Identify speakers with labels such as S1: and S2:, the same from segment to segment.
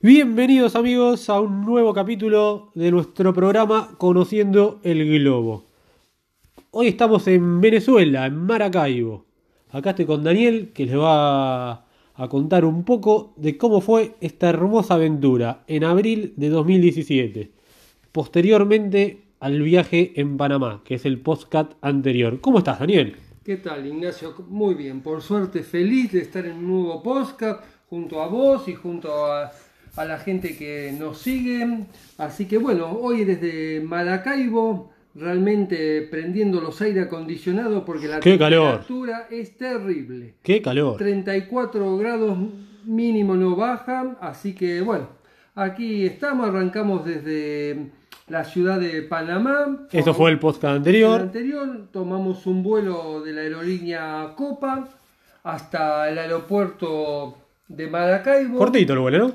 S1: Bienvenidos amigos a un nuevo capítulo de nuestro programa Conociendo el Globo. Hoy estamos en Venezuela, en Maracaibo. Acá estoy con Daniel que les va a contar un poco de cómo fue esta hermosa aventura en abril de 2017. Posteriormente al viaje en Panamá, que es el podcast anterior. ¿Cómo estás, Daniel?
S2: ¿Qué tal, Ignacio? Muy bien, por suerte feliz de estar en un nuevo podcast junto a vos y junto a, a la gente que nos sigue. Así que bueno, hoy desde Maracaibo, realmente prendiendo los aire acondicionado porque la
S1: ¡Qué calor!
S2: temperatura es terrible.
S1: ¡Qué calor!
S2: 34 grados mínimo no baja, así que bueno, aquí estamos, arrancamos desde la ciudad de Panamá.
S1: Esto fue el podcast anterior.
S2: anterior, tomamos un vuelo de la aerolínea Copa hasta el aeropuerto de Maracaibo.
S1: Cortito el vuelo, ¿no?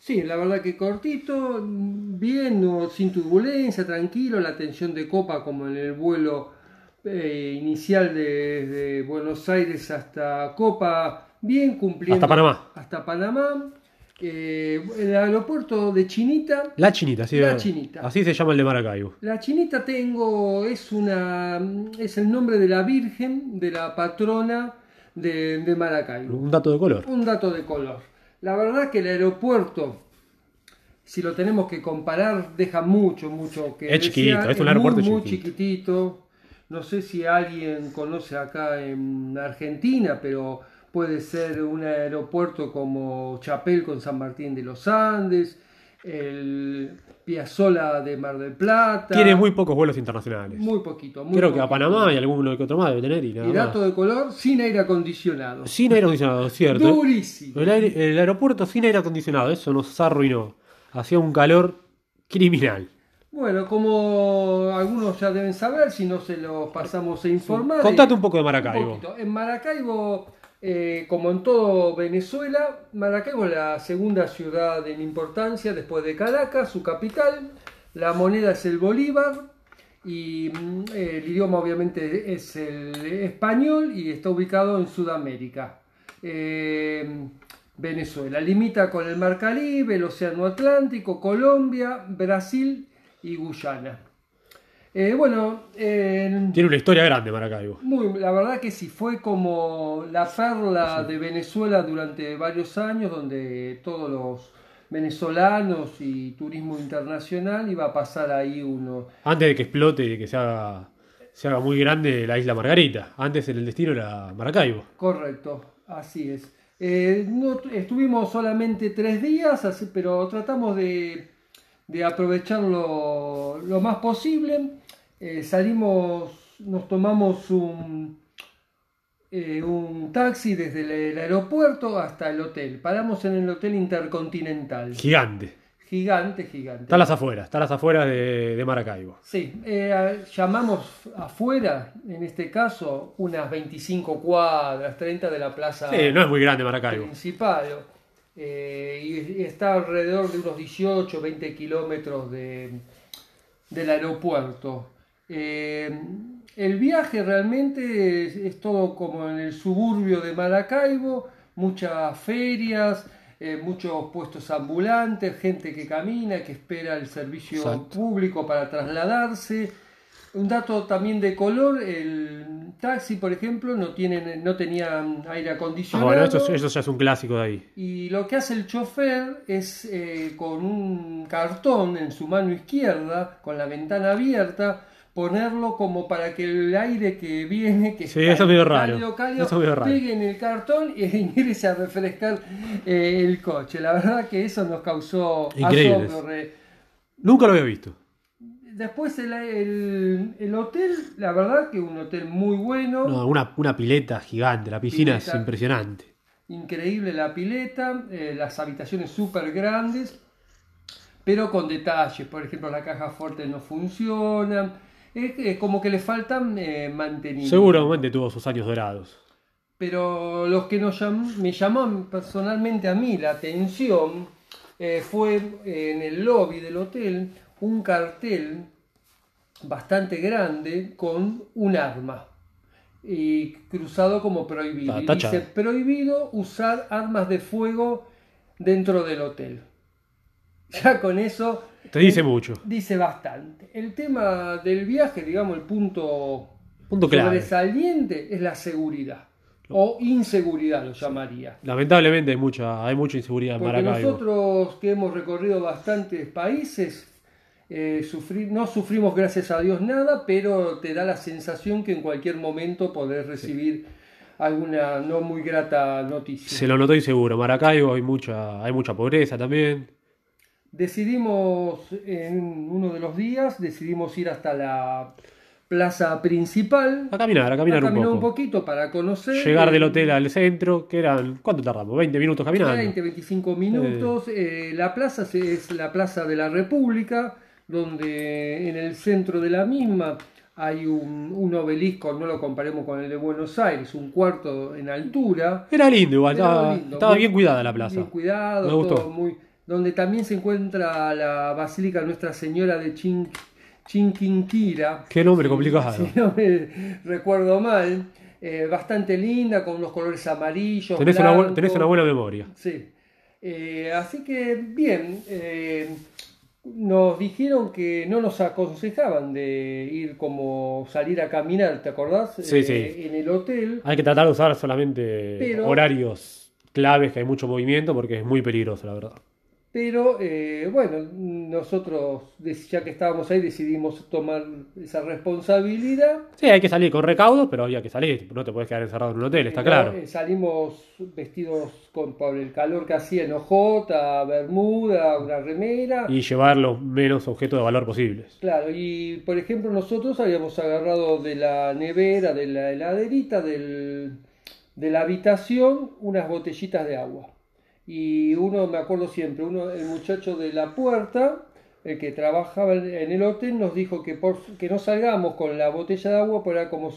S2: Sí, la verdad que cortito, bien, no- sin turbulencia, tranquilo, la tensión de copa como en el vuelo eh, inicial de- desde Buenos Aires hasta Copa, bien cumpliendo.
S1: Hasta Panamá.
S2: Hasta Panamá. Eh, el aeropuerto de Chinita.
S1: La chinita, así,
S2: La
S1: de-
S2: Chinita.
S1: así se llama el de Maracaibo.
S2: La Chinita tengo, es una es el nombre de la Virgen, de la patrona de, de Maracaibo.
S1: Un dato de color.
S2: Un dato de color. La verdad que el aeropuerto, si lo tenemos que comparar, deja mucho, mucho que
S1: Es chiquito, es un aeropuerto
S2: muy, muy
S1: chiquito.
S2: chiquitito. No sé si alguien conoce acá en Argentina, pero puede ser un aeropuerto como Chapel con San Martín de los Andes, el Piazzola de Mar del Plata.
S1: Tiene muy pocos vuelos internacionales.
S2: muy poquito. Muy
S1: Creo que a
S2: poquito.
S1: Panamá y alguno que otro más debe tener y nada
S2: Y dato
S1: más.
S2: de color sin aire acondicionado.
S1: Sin aire acondicionado, cierto. ¿eh?
S2: Durísimo.
S1: El, aire- el aeropuerto sin aire acondicionado, eso nos arruinó. Hacía un calor criminal.
S2: Bueno, como algunos ya deben saber, si no se los pasamos a informar.
S1: Contate
S2: eh,
S1: un poco de
S2: un
S1: Maracaibo.
S2: poquito. En Maracaibo, eh, como en todo Venezuela, Maracaibo es la segunda ciudad en importancia después de Caracas, su capital. La moneda es el bolívar y mm, el idioma obviamente es el español y está ubicado en Sudamérica. Eh, Venezuela limita con el Mar Caribe, el Océano Atlántico, Colombia, Brasil y Guyana. Eh, bueno, en-
S1: Tiene una historia grande Maracaibo.
S2: muy, la verdad que sí, fue como la perla de Venezuela durante varios años, donde todos los venezolanos y turismo internacional iba a pasar ahí uno.
S1: Antes de que explote y de que se haga, se haga muy grande la isla Margarita. Antes el destino era Maracaibo.
S2: Correcto, así es. Eh, no tu- estuvimos solamente tres días, así- pero tratamos de, de aprovecharlo lo más posible. Eh, salimos, nos tomamos un, eh, un taxi desde el, el aeropuerto hasta el hotel. Paramos en el hotel Intercontinental.
S1: Gigante.
S2: Gigante, gigante.
S1: Está a las afueras, está a las afueras de, de Maracaibo.
S2: Sí, eh, llamamos afuera, en este caso, unas 25 cuadras, 30 de la plaza
S1: Sí, no es muy grande Maracaibo.
S2: principal. eh, y- y está alrededor de unos 18, 20 kilómetros de, del aeropuerto. Eh, el viaje realmente es, es todo como en el suburbio de Maracaibo, muchas ferias, eh, muchos puestos ambulantes, gente que camina, que espera el servicio
S1: Exacto.
S2: público para trasladarse. Un dato también de color, el taxi, por ejemplo, no, tienen, no tenía aire
S1: Ah,
S2: acondicionado.
S1: bueno, eso, es- eso ya es un clásico de ahí.
S2: Y lo que hace el chofer es eh, con un cartón en su mano izquierda, con la ventana abierta, ponerlo como para que el aire que viene, que
S1: Sí, eso es medio raro.
S2: cálido, cálido,
S1: Eso es medio raro.
S2: pegue en el cartón y ingrese a refrescar eh, el coche. La verdad que eso nos causó
S1: Increíble.
S2: asombro, re-
S1: Nunca lo había visto.
S2: Después el, el- el hotel, la verdad que un hotel muy bueno.
S1: No, una, una pileta gigante, la piscina es
S2: Pileta.
S1: impresionante.
S2: Increíble la pileta, eh, las habitaciones súper grandes, pero con detalles. Por ejemplo, la caja fuerte no funciona. Es, que- es como que le faltan eh, mantenimiento.
S1: Seguramente tuvo sus años dorados.
S2: Pero los que nos llam- me llamaron personalmente a mí la atención eh, fue eh, en el lobby del hotel un cartel bastante grande con un arma y cruzado como prohibido.
S1: Ta-
S2: Y
S1: tachado.
S2: dice prohibido usar armas de fuego dentro del hotel. Ya con eso
S1: Te dice mucho.
S2: dice bastante. El tema del viaje, digamos, el punto,
S1: Punto clave.
S2: sobresaliente es la seguridad. O inseguridad lo llamaría.
S1: Lamentablemente hay mucha, hay mucha inseguridad en
S2: Porque
S1: Maracaibo.
S2: nosotros que hemos recorrido bastantes países, eh, sufrir- no sufrimos gracias a Dios nada, pero te da la sensación que en cualquier momento podés recibir alguna no muy grata noticia.
S1: Se lo notó y seguro. Maracaibo hay mucha, hay mucha pobreza también.
S2: Decidimos, en uno de los días, decidimos ir hasta la plaza principal.
S1: A caminar, a caminar
S2: a
S1: un poco.
S2: un poquito para conocer. eh,
S1: Llegar del hotel al centro, que eran. ¿Cuánto tardamos? ¿20 minutos caminando?
S2: 20, 25 minutos. Eh, la plaza se- es la Plaza de la República, donde en el centro de la misma hay un, un obelisco, no lo comparemos con el de Buenos Aires, un cuarto en altura.
S1: Era lindo igual,
S2: Era
S1: estaba,
S2: lindo,
S1: estaba
S2: muy-
S1: bien cuidada la plaza.
S2: Bien cuidado,
S1: Me gustó.
S2: todo muy- donde también se encuentra la Basílica Nuestra Señora de Chin, Chinquinquira.
S1: Qué nombre complicado.
S2: Si no me recuerdo mal. Eh, bastante linda, con unos colores amarillos.
S1: tenés, una buena, tenés
S2: blancos.
S1: una buena memoria.
S2: Sí. Eh, así que bien, eh, nos dijeron que no nos aconsejaban de ir como salir a caminar, ¿te acordás?
S1: Sí,
S2: Eh,
S1: sí.
S2: En el hotel.
S1: Hay que tratar de usar solamente
S2: Pero-
S1: horarios claves que hay mucho movimiento porque es muy peligroso, la verdad.
S2: Pero eh, bueno, nosotros des- ya que estábamos ahí decidimos tomar esa responsabilidad.
S1: Sí, hay que salir con recaudos, pero había que salir. No te puedes quedar encerrado en un hotel, está
S2: Eh,
S1: claro.
S2: eh, salimos vestidos con, por el calor que hacía en Ojota, Bermuda, una remera.
S1: Y llevar los menos objetos de valor posibles.
S2: Claro, y por ejemplo nosotros habíamos agarrado de la nevera, de la heladerita, del, de la habitación, unas botellitas de agua. Y uno, me acuerdo siempre, uno, el muchacho de la puerta, el que trabajaba en el hotel, nos dijo que, por, que no salgamos con la botella de agua, porque era como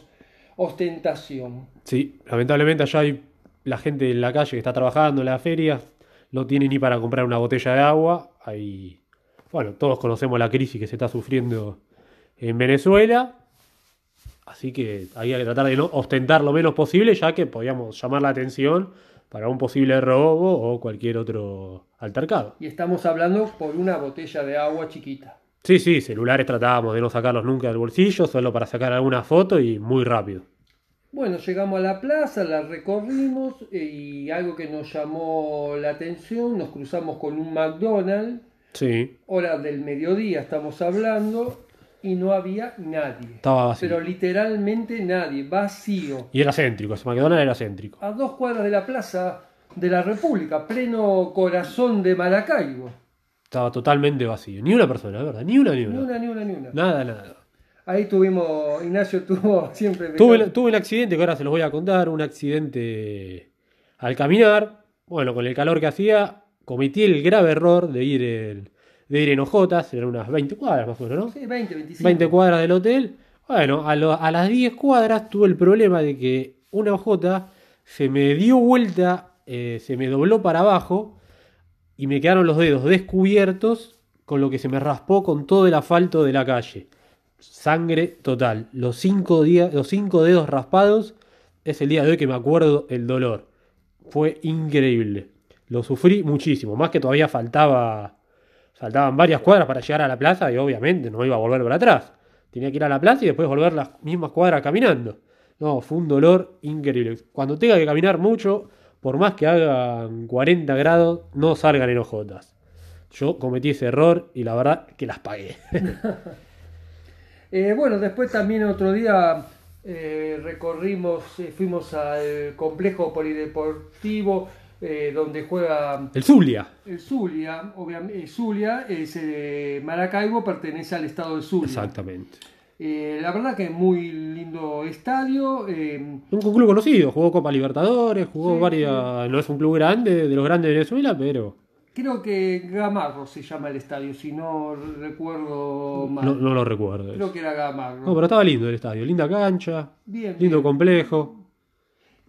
S2: ostentación.
S1: Sí, lamentablemente allá hay la gente en la calle que está trabajando en las ferias, no tiene ni para comprar una botella de agua. Hay, bueno, todos conocemos la crisis que se está sufriendo en Venezuela, así que había que tratar de no ostentar lo menos posible, ya que podíamos llamar la atención para un posible robo o cualquier otro altercado.
S2: Y estamos hablando por una botella de agua chiquita.
S1: Sí, sí, celulares tratábamos de no sacarlos nunca del bolsillo, solo para sacar alguna foto y muy rápido.
S2: Bueno, llegamos a la plaza, la recorrimos eh, y algo que nos llamó la atención, nos cruzamos con un McDonald's,
S1: Sí,
S2: hora del mediodía estamos hablando, y no había nadie.
S1: estaba vacío.
S2: Pero literalmente nadie, vacío.
S1: Y era céntrico, ese McDonald's era céntrico.
S2: A dos cuadras de la plaza de la República, pleno corazón de Maracaibo.
S1: Estaba totalmente vacío. Ni una persona, ¿verdad? Ni una, ni
S2: Ni
S1: una.
S2: una, ni una, ni una.
S1: Nada, nada.
S2: Ahí tuvimos, Ignacio tuvo siempre... me-
S1: Tuve, tuve un accidente que ahora se los voy a contar. Un accidente al caminar. Bueno, con el calor que hacía, cometí el grave error de ir en, de ir en ojotas. Eran unas 20 cuadras más o menos, ¿no?
S2: Sí, 20, 25.
S1: 20 cuadras del hotel. Bueno, a, lo- a las 10 cuadras tuve el problema de que una ojota se me dio vuelta, eh, se me dobló para abajo y me quedaron los dedos descubiertos, con lo que se me raspó con todo el asfalto de la calle. Sangre total. Los 5 los cinco dedos raspados es el día de hoy que me acuerdo el dolor. Fue increíble. Lo sufrí muchísimo. Más que todavía faltaba Faltaban varias cuadras para llegar a la plaza y obviamente no iba a volver para atrás. Tenía que ir a la plaza y después volver las mismas cuadras caminando. No, fue un dolor increíble. Cuando tenga que caminar mucho, por más que hagan 40 grados, no salgan en ojotas. Yo cometí ese error y la verdad que las pagué.
S2: Eh, bueno, después también otro día eh, recorrimos, eh, fuimos al complejo polideportivo eh, donde juega
S1: El Zulia.
S2: el Zulia. Obviamente, Zulia es eh, Maracaibo, pertenece al estado de Zulia.
S1: Exactamente.
S2: Eh, la verdad que es muy lindo estadio. eh,
S1: Un club conocido, jugó Copa Libertadores, jugó
S2: Sí,
S1: varias. No es un club grande, de los grandes de Venezuela, pero
S2: creo que Gamarro se llama el estadio, si no recuerdo mal.
S1: no, no lo recuerdo.
S2: Creo que era Gamarro.
S1: No, pero estaba lindo el estadio, linda cancha,
S2: Bien,
S1: lindo complejo.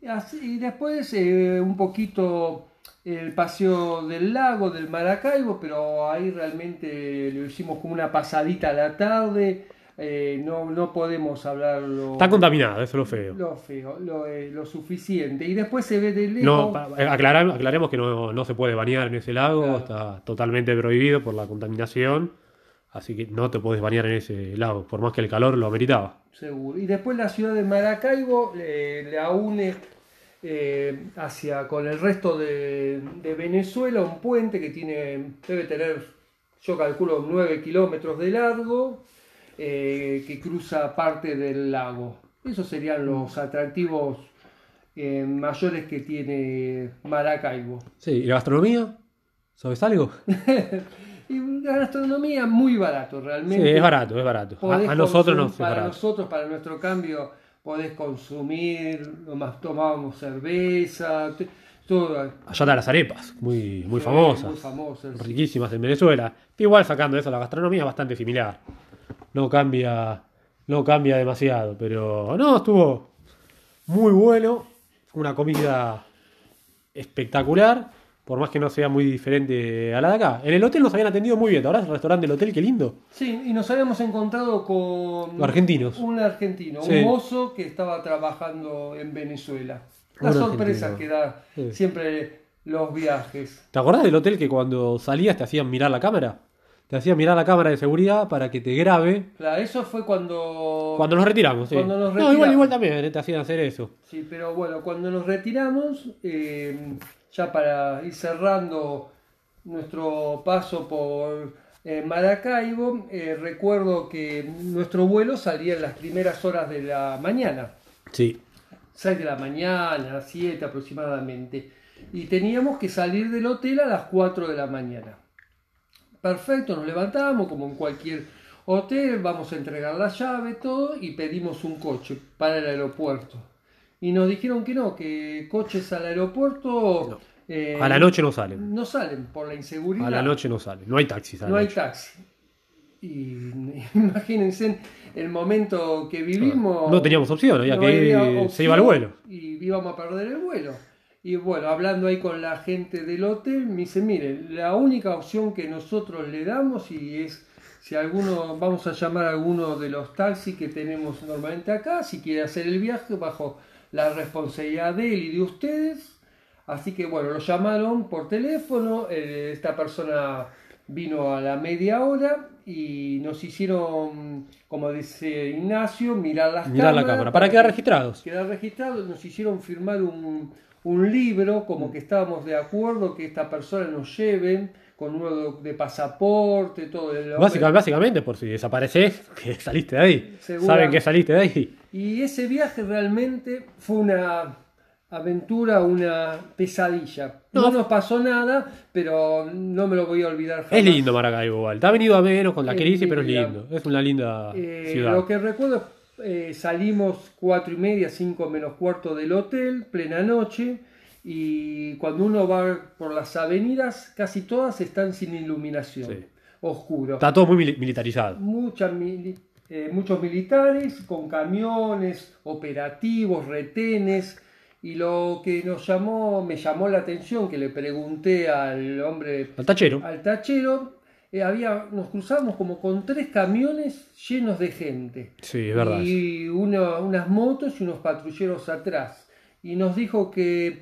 S2: Así- y después eh, un poquito el paseo del lago del Maracaibo, pero ahí realmente lo hicimos como una pasadita a la tarde. eh, no, no podemos hablar lo,
S1: Está contaminada, eso es lo feo.
S2: lo feo, lo, eh, lo suficiente. Y después se ve de lejos.
S1: No, pa- eh, aclarar- aclaremos que no, no se puede bañar en ese lago,
S2: Claro.
S1: está totalmente prohibido por la contaminación, así que no te podés bañar en ese lago, por más que el calor lo ameritaba.
S2: Seguro. Y después la ciudad de Maracaibo eh, la une eh, hacia con el resto de, de Venezuela, un puente que tiene, debe tener, yo calculo, 9 kilómetros de largo, eh, que cruza parte del lago. Esos serían los atractivos eh, mayores que tiene Maracaibo.
S1: Sí, ¿y la gastronomía? ¿Sabes algo?
S2: Y la gastronomía muy barato,
S1: Sí,
S2: realmente.
S1: es barato, es barato. A,
S2: Podés
S1: a nosotros
S2: consumir-
S1: nos es
S2: para
S1: barato.
S2: nosotros, para nuestro cambio, podés consumir, nomás tomábamos cerveza, te- todo
S1: Allá están las arepas, muy, muy
S2: eh,
S1: famosas,
S2: muy famosas.
S1: riquísimas en Venezuela. Igual sacando eso, la gastronomía es bastante similar. No cambia, no cambia demasiado, pero no, estuvo muy bueno. Una comida espectacular, por más que no sea muy diferente a la de acá. En el hotel nos habían atendido muy bien, ¿te acordás el restaurante del hotel? Qué lindo.
S2: Sí, y nos habíamos encontrado con
S1: Los argentinos.
S2: un argentino,
S1: Sí.
S2: un mozo que estaba trabajando en Venezuela.
S1: Un
S2: Las sorpresas
S1: argentino.
S2: que da
S1: Sí.
S2: siempre los viajes.
S1: ¿Te acordás del hotel que cuando salías te hacían mirar la cámara? Te hacían mirar la cámara de seguridad para que te grabe
S2: Claro, eso fue cuando...
S1: Cuando nos retiramos, sí.
S2: Cuando nos
S1: No, igual,
S2: retiramos.
S1: igual también eh, te hacían hacer eso.
S2: Sí, pero bueno, cuando nos retiramos, eh, ya para ir cerrando nuestro paso por eh, Maracaibo, eh, recuerdo que nuestro vuelo salía en las primeras horas de la mañana,
S1: Sí.
S2: 6 de la mañana, 7 aproximadamente, y teníamos que salir del hotel a las 4 de la mañana. Perfecto, nos levantamos como en cualquier hotel, vamos a entregar la llave, todo, y pedimos un coche para el aeropuerto. Y nos dijeron que no, que coches al aeropuerto eh,
S1: A la noche no salen.
S2: no salen por la inseguridad.
S1: A la noche no salen. No hay taxis. A la
S2: No hay
S1: noche.
S2: taxi. Y imagínense el momento que vivimos.
S1: No teníamos opción, había
S2: No
S1: que ir,
S2: había
S1: se iba al
S2: opción
S1: vuelo.
S2: Y íbamos a perder el vuelo. Y bueno, hablando ahí con la gente del hotel, me dice, mire, la única opción que nosotros le damos y es si alguno, vamos a llamar a alguno de los taxis que tenemos normalmente acá, si quiere hacer el viaje bajo la responsabilidad de él y de ustedes. Así que bueno, lo llamaron por teléfono, eh, esta persona vino a la media hora y nos hicieron, como dice Ignacio, mirar las
S1: Mirar la
S2: cámaras
S1: cámara. Para quedar registrados.
S2: quedar registrado, nos hicieron firmar un, un libro, como que estábamos de acuerdo que esta persona nos lleven con uno de, de pasaporte, todo el hombre.
S1: Básica- básicamente, por si desapareces, que saliste de ahí.
S2: Segura-
S1: Saben que saliste de ahí.
S2: Y ese viaje realmente fue una aventura, una pesadilla. No,
S1: No.
S2: nos pasó nada, pero no me lo voy a olvidar jamás.
S1: Es lindo Maracaibo igual. Te ha venido a menos con la
S2: Es
S1: crisis, pero es
S2: linda.
S1: lindo. Es una linda
S2: Eh,
S1: ciudad.
S2: lo que recuerdo eh, salimos cuatro y media, cinco menos cuarto del hotel, plena noche, y cuando uno va por las avenidas, casi todas están sin iluminación,
S1: Sí.
S2: oscuro.
S1: Está todo muy mili- militarizado.
S2: Muchas mili- eh, muchos militares con camiones, operativos, retenes. Y lo que nos llamó, me llamó la atención, que le pregunté al hombre
S1: Al tachero.
S2: al tachero, eh, había, nos cruzamos como con tres camiones llenos de gente.
S1: Sí, es verdad.
S2: Y uno- unas motos y unos patrulleros atrás. Y nos dijo que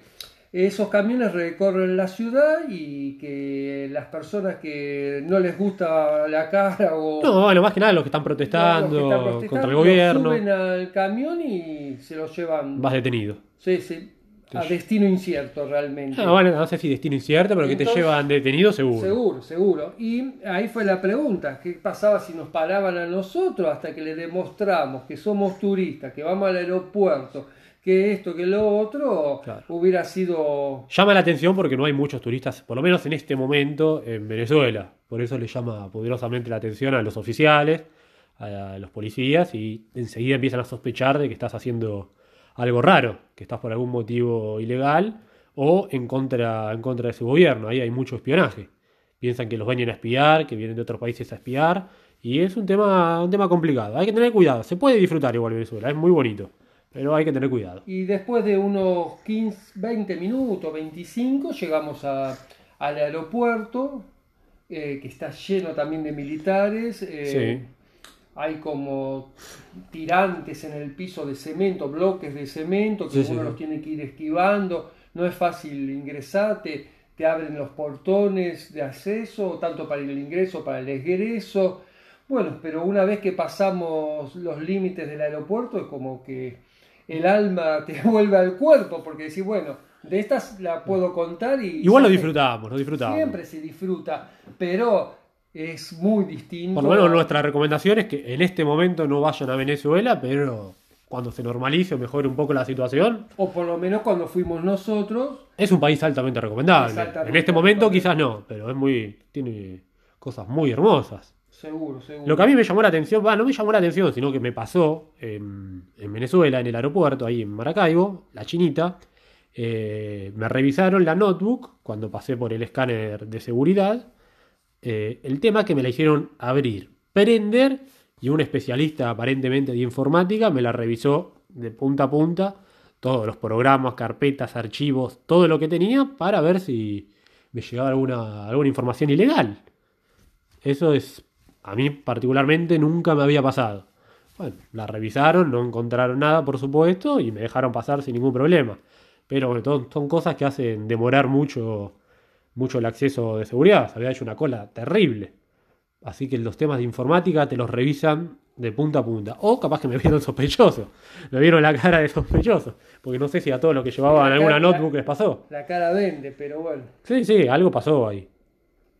S2: esos camiones recorren la ciudad y que las personas que no les gusta la cara o
S1: No, bueno, más que nada los que están
S2: los que
S1: protestando,
S2: están
S1: contra
S2: protestando,
S1: el
S2: los
S1: gobierno.
S2: suben al camión y se los llevan
S1: Vas detenido.
S2: sí, sí, a
S1: Sí.
S2: destino incierto realmente.
S1: Ah, bueno, no sé si destino incierto, pero que te
S2: Entonces-
S1: llevan detenido seguro.
S2: Seguro, seguro. Y ahí fue la pregunta, ¿qué pasaba si nos paraban a nosotros hasta que le demostramos que somos turistas, que vamos al aeropuerto, que esto, que lo otro,
S1: Claro.
S2: hubiera sido...
S1: Llama la atención porque no hay muchos turistas, por lo menos en este momento, en Venezuela. Por eso le llama poderosamente la atención a los oficiales, a los policías, y enseguida empiezan a sospechar de que estás haciendo algo raro, que estás por algún motivo ilegal o en contra, en contra de su gobierno. Ahí hay mucho espionaje. Piensan que los vienen a espiar, que vienen de otros países a espiar, y es un tema, un tema complicado. Hay que tener cuidado. Se puede disfrutar igual Venezuela, es muy bonito, pero hay que tener cuidado.
S2: Y después de unos 15, 20 minutos, 25, llegamos a- al aeropuerto, eh, que está lleno también de militares. eh,
S1: Sí.
S2: hay como tirantes en el piso de cemento, bloques de cemento que
S1: Sí, sí,
S2: uno
S1: sí.
S2: los tiene que ir esquivando, no es fácil ingresar, te, te abren los portones de acceso, tanto para el ingreso, para el egreso. Bueno, pero una vez que pasamos los límites del aeropuerto es como que el alma te vuelve al cuerpo, porque decís, bueno, de estas la puedo contar y...
S1: Igual lo
S2: ya-
S1: disfrutamos, lo disfrutamos.
S2: Siempre se disfruta, pero es muy distinto.
S1: Por lo menos nuestra recomendación es que en este momento no vayan a Venezuela, pero cuando se normalice o mejore un poco la situación,
S2: O por lo menos cuando fuimos nosotros,
S1: es un país altamente recomendable.
S2: Exactamente.
S1: en este momento quizás no, pero es muy tiene cosas muy hermosas.
S2: seguro, seguro.
S1: Lo que a mí me llamó la atención, va, no me llamó la atención, sino que me pasó en, en Venezuela, en el aeropuerto, ahí en Maracaibo, la chinita, eh, me revisaron la notebook cuando pasé por el escáner de seguridad, eh, el tema que me la hicieron abrir, prender, y un especialista aparentemente de informática me la revisó de punta a punta, todos los programas, carpetas, archivos, todo lo que tenía, para ver si me llegaba alguna, alguna información ilegal. Eso es, a mí particularmente nunca me había pasado. Bueno, la revisaron, no encontraron nada, por supuesto, y me dejaron pasar sin ningún problema. Pero bueno, to- son cosas que hacen demorar mucho, mucho el acceso de seguridad. Se había hecho una cola terrible. Así que los temas de informática te los revisan de punta a punta. O capaz que me vieron sospechoso. Me vieron la cara de sospechoso. Porque no sé si a todos los que llevaban
S2: La
S1: alguna
S2: cara-
S1: notebook les pasó.
S2: La cara vende, pero bueno.
S1: Sí, sí, algo pasó ahí.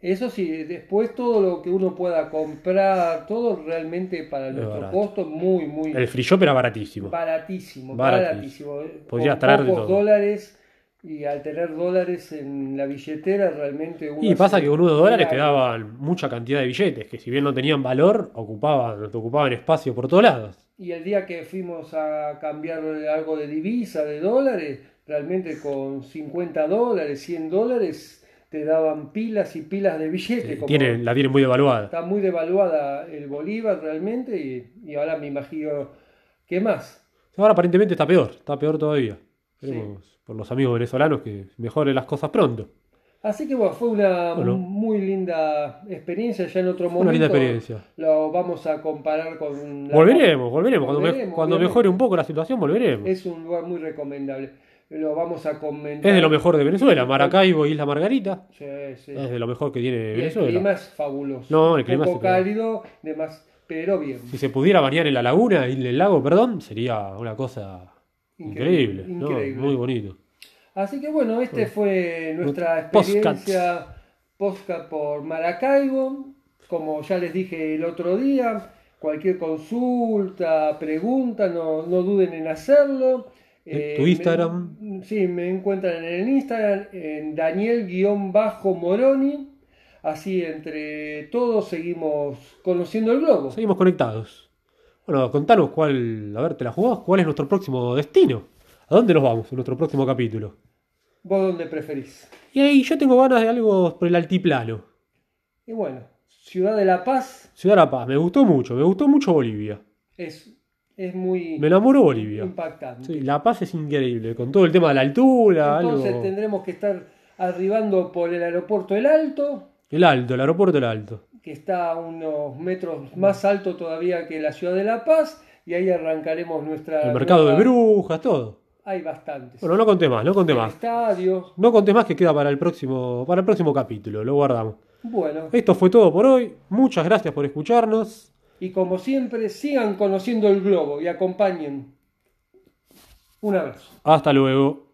S2: Eso sí, después todo lo que uno pueda comprar, todo realmente para
S1: Es
S2: nuestro
S1: barato.
S2: costo muy, muy
S1: El free shop era baratísimo.
S2: baratísimo,
S1: Baratísimo.
S2: baratísimo.
S1: Podía
S2: Con
S1: traer de
S2: pocos
S1: todo.
S2: dólares y al tener dólares en la billetera realmente uno
S1: Y pasa
S2: hace-
S1: que con unos dólares te
S2: Claro.
S1: daban mucha cantidad de billetes, que si bien no tenían valor, ocupaban, te ocupaban espacio por todos lados.
S2: Y el día que fuimos a cambiar algo de divisa, de dólares, realmente con 50 dólares, 100 dólares, te daban pilas y pilas de billetes.
S1: Eh,
S2: como
S1: tienen, la tienen muy devaluada.
S2: Está muy devaluada el bolívar realmente y, y ahora me imagino, ¿qué más?
S1: Ahora aparentemente está peor, está peor todavía. Esperemos por los amigos venezolanos que mejoren las cosas pronto.
S2: Así que bueno, fue una
S1: Bueno.
S2: muy linda experiencia, ya en otro
S1: una linda
S2: momento
S1: experiencia.
S2: lo vamos a comparar con... la-
S1: Volveremos, volveremos. Cuando, me-
S2: Volveremos,
S1: cuando
S2: obviamente.
S1: mejore un poco la situación, volveremos. Es,
S2: Es un lugar muy recomendable, lo vamos a comentar.
S1: de lo mejor de Venezuela. Maracaibo, Isla Margarita,
S2: Sí, sí.
S1: es de lo mejor que
S2: Y
S1: tiene
S2: el clima
S1: Venezuela.
S2: es fabuloso.
S1: No, el clima
S2: Un
S1: es
S2: poco
S1: espectacular.
S2: cálido, demás, pero bien.
S1: Si se pudiera bañar en la laguna, en el lago, perdón, sería una cosa increíble. ¿no?
S2: increíble.
S1: Muy bonito.
S2: Así que bueno, este fue nuestra
S1: Podcast.
S2: experiencia podcast por Maracaibo. Como ya les dije el otro día, cualquier consulta, pregunta, no, no duden en hacerlo.
S1: Eh, tu Instagram.
S2: me- sí, me encuentran en el Instagram, en Daniel-Moroni. Así entre todos seguimos conociendo el globo.
S1: Seguimos conectados. Bueno, contanos cuál, a ver, te la jugás, cuál es nuestro próximo destino. ¿A dónde nos vamos en nuestro próximo capítulo?
S2: Vos donde preferís.
S1: Y ahí yo tengo ganas de algo por el altiplano.
S2: Y bueno, Ciudad de la Paz
S1: Ciudad de La Paz, me gustó mucho, me gustó mucho Bolivia.
S2: es, es muy
S1: Me enamoró Bolivia.
S2: impactante.
S1: Sí, La Paz es increíble, con todo el tema de la altura,
S2: Entonces
S1: algo.
S2: tendremos que estar arribando por el aeropuerto El Alto,
S1: El alto, el aeropuerto del alto.
S2: que está a unos metros más alto todavía que la Ciudad de la Paz, y ahí arrancaremos nuestra...
S1: El mercado de
S2: nueva-
S1: brujas, todo.
S2: Hay bastantes.
S1: Bueno, no conté más, no conté
S2: El
S1: más.
S2: estadio.
S1: No conté más que queda para el próximo, para el próximo capítulo, lo guardamos.
S2: Bueno,
S1: Esto fue todo por hoy. Muchas gracias por escucharnos.
S2: y como siempre, sigan conociendo el globo y acompañen. Un abrazo.
S1: Hasta luego.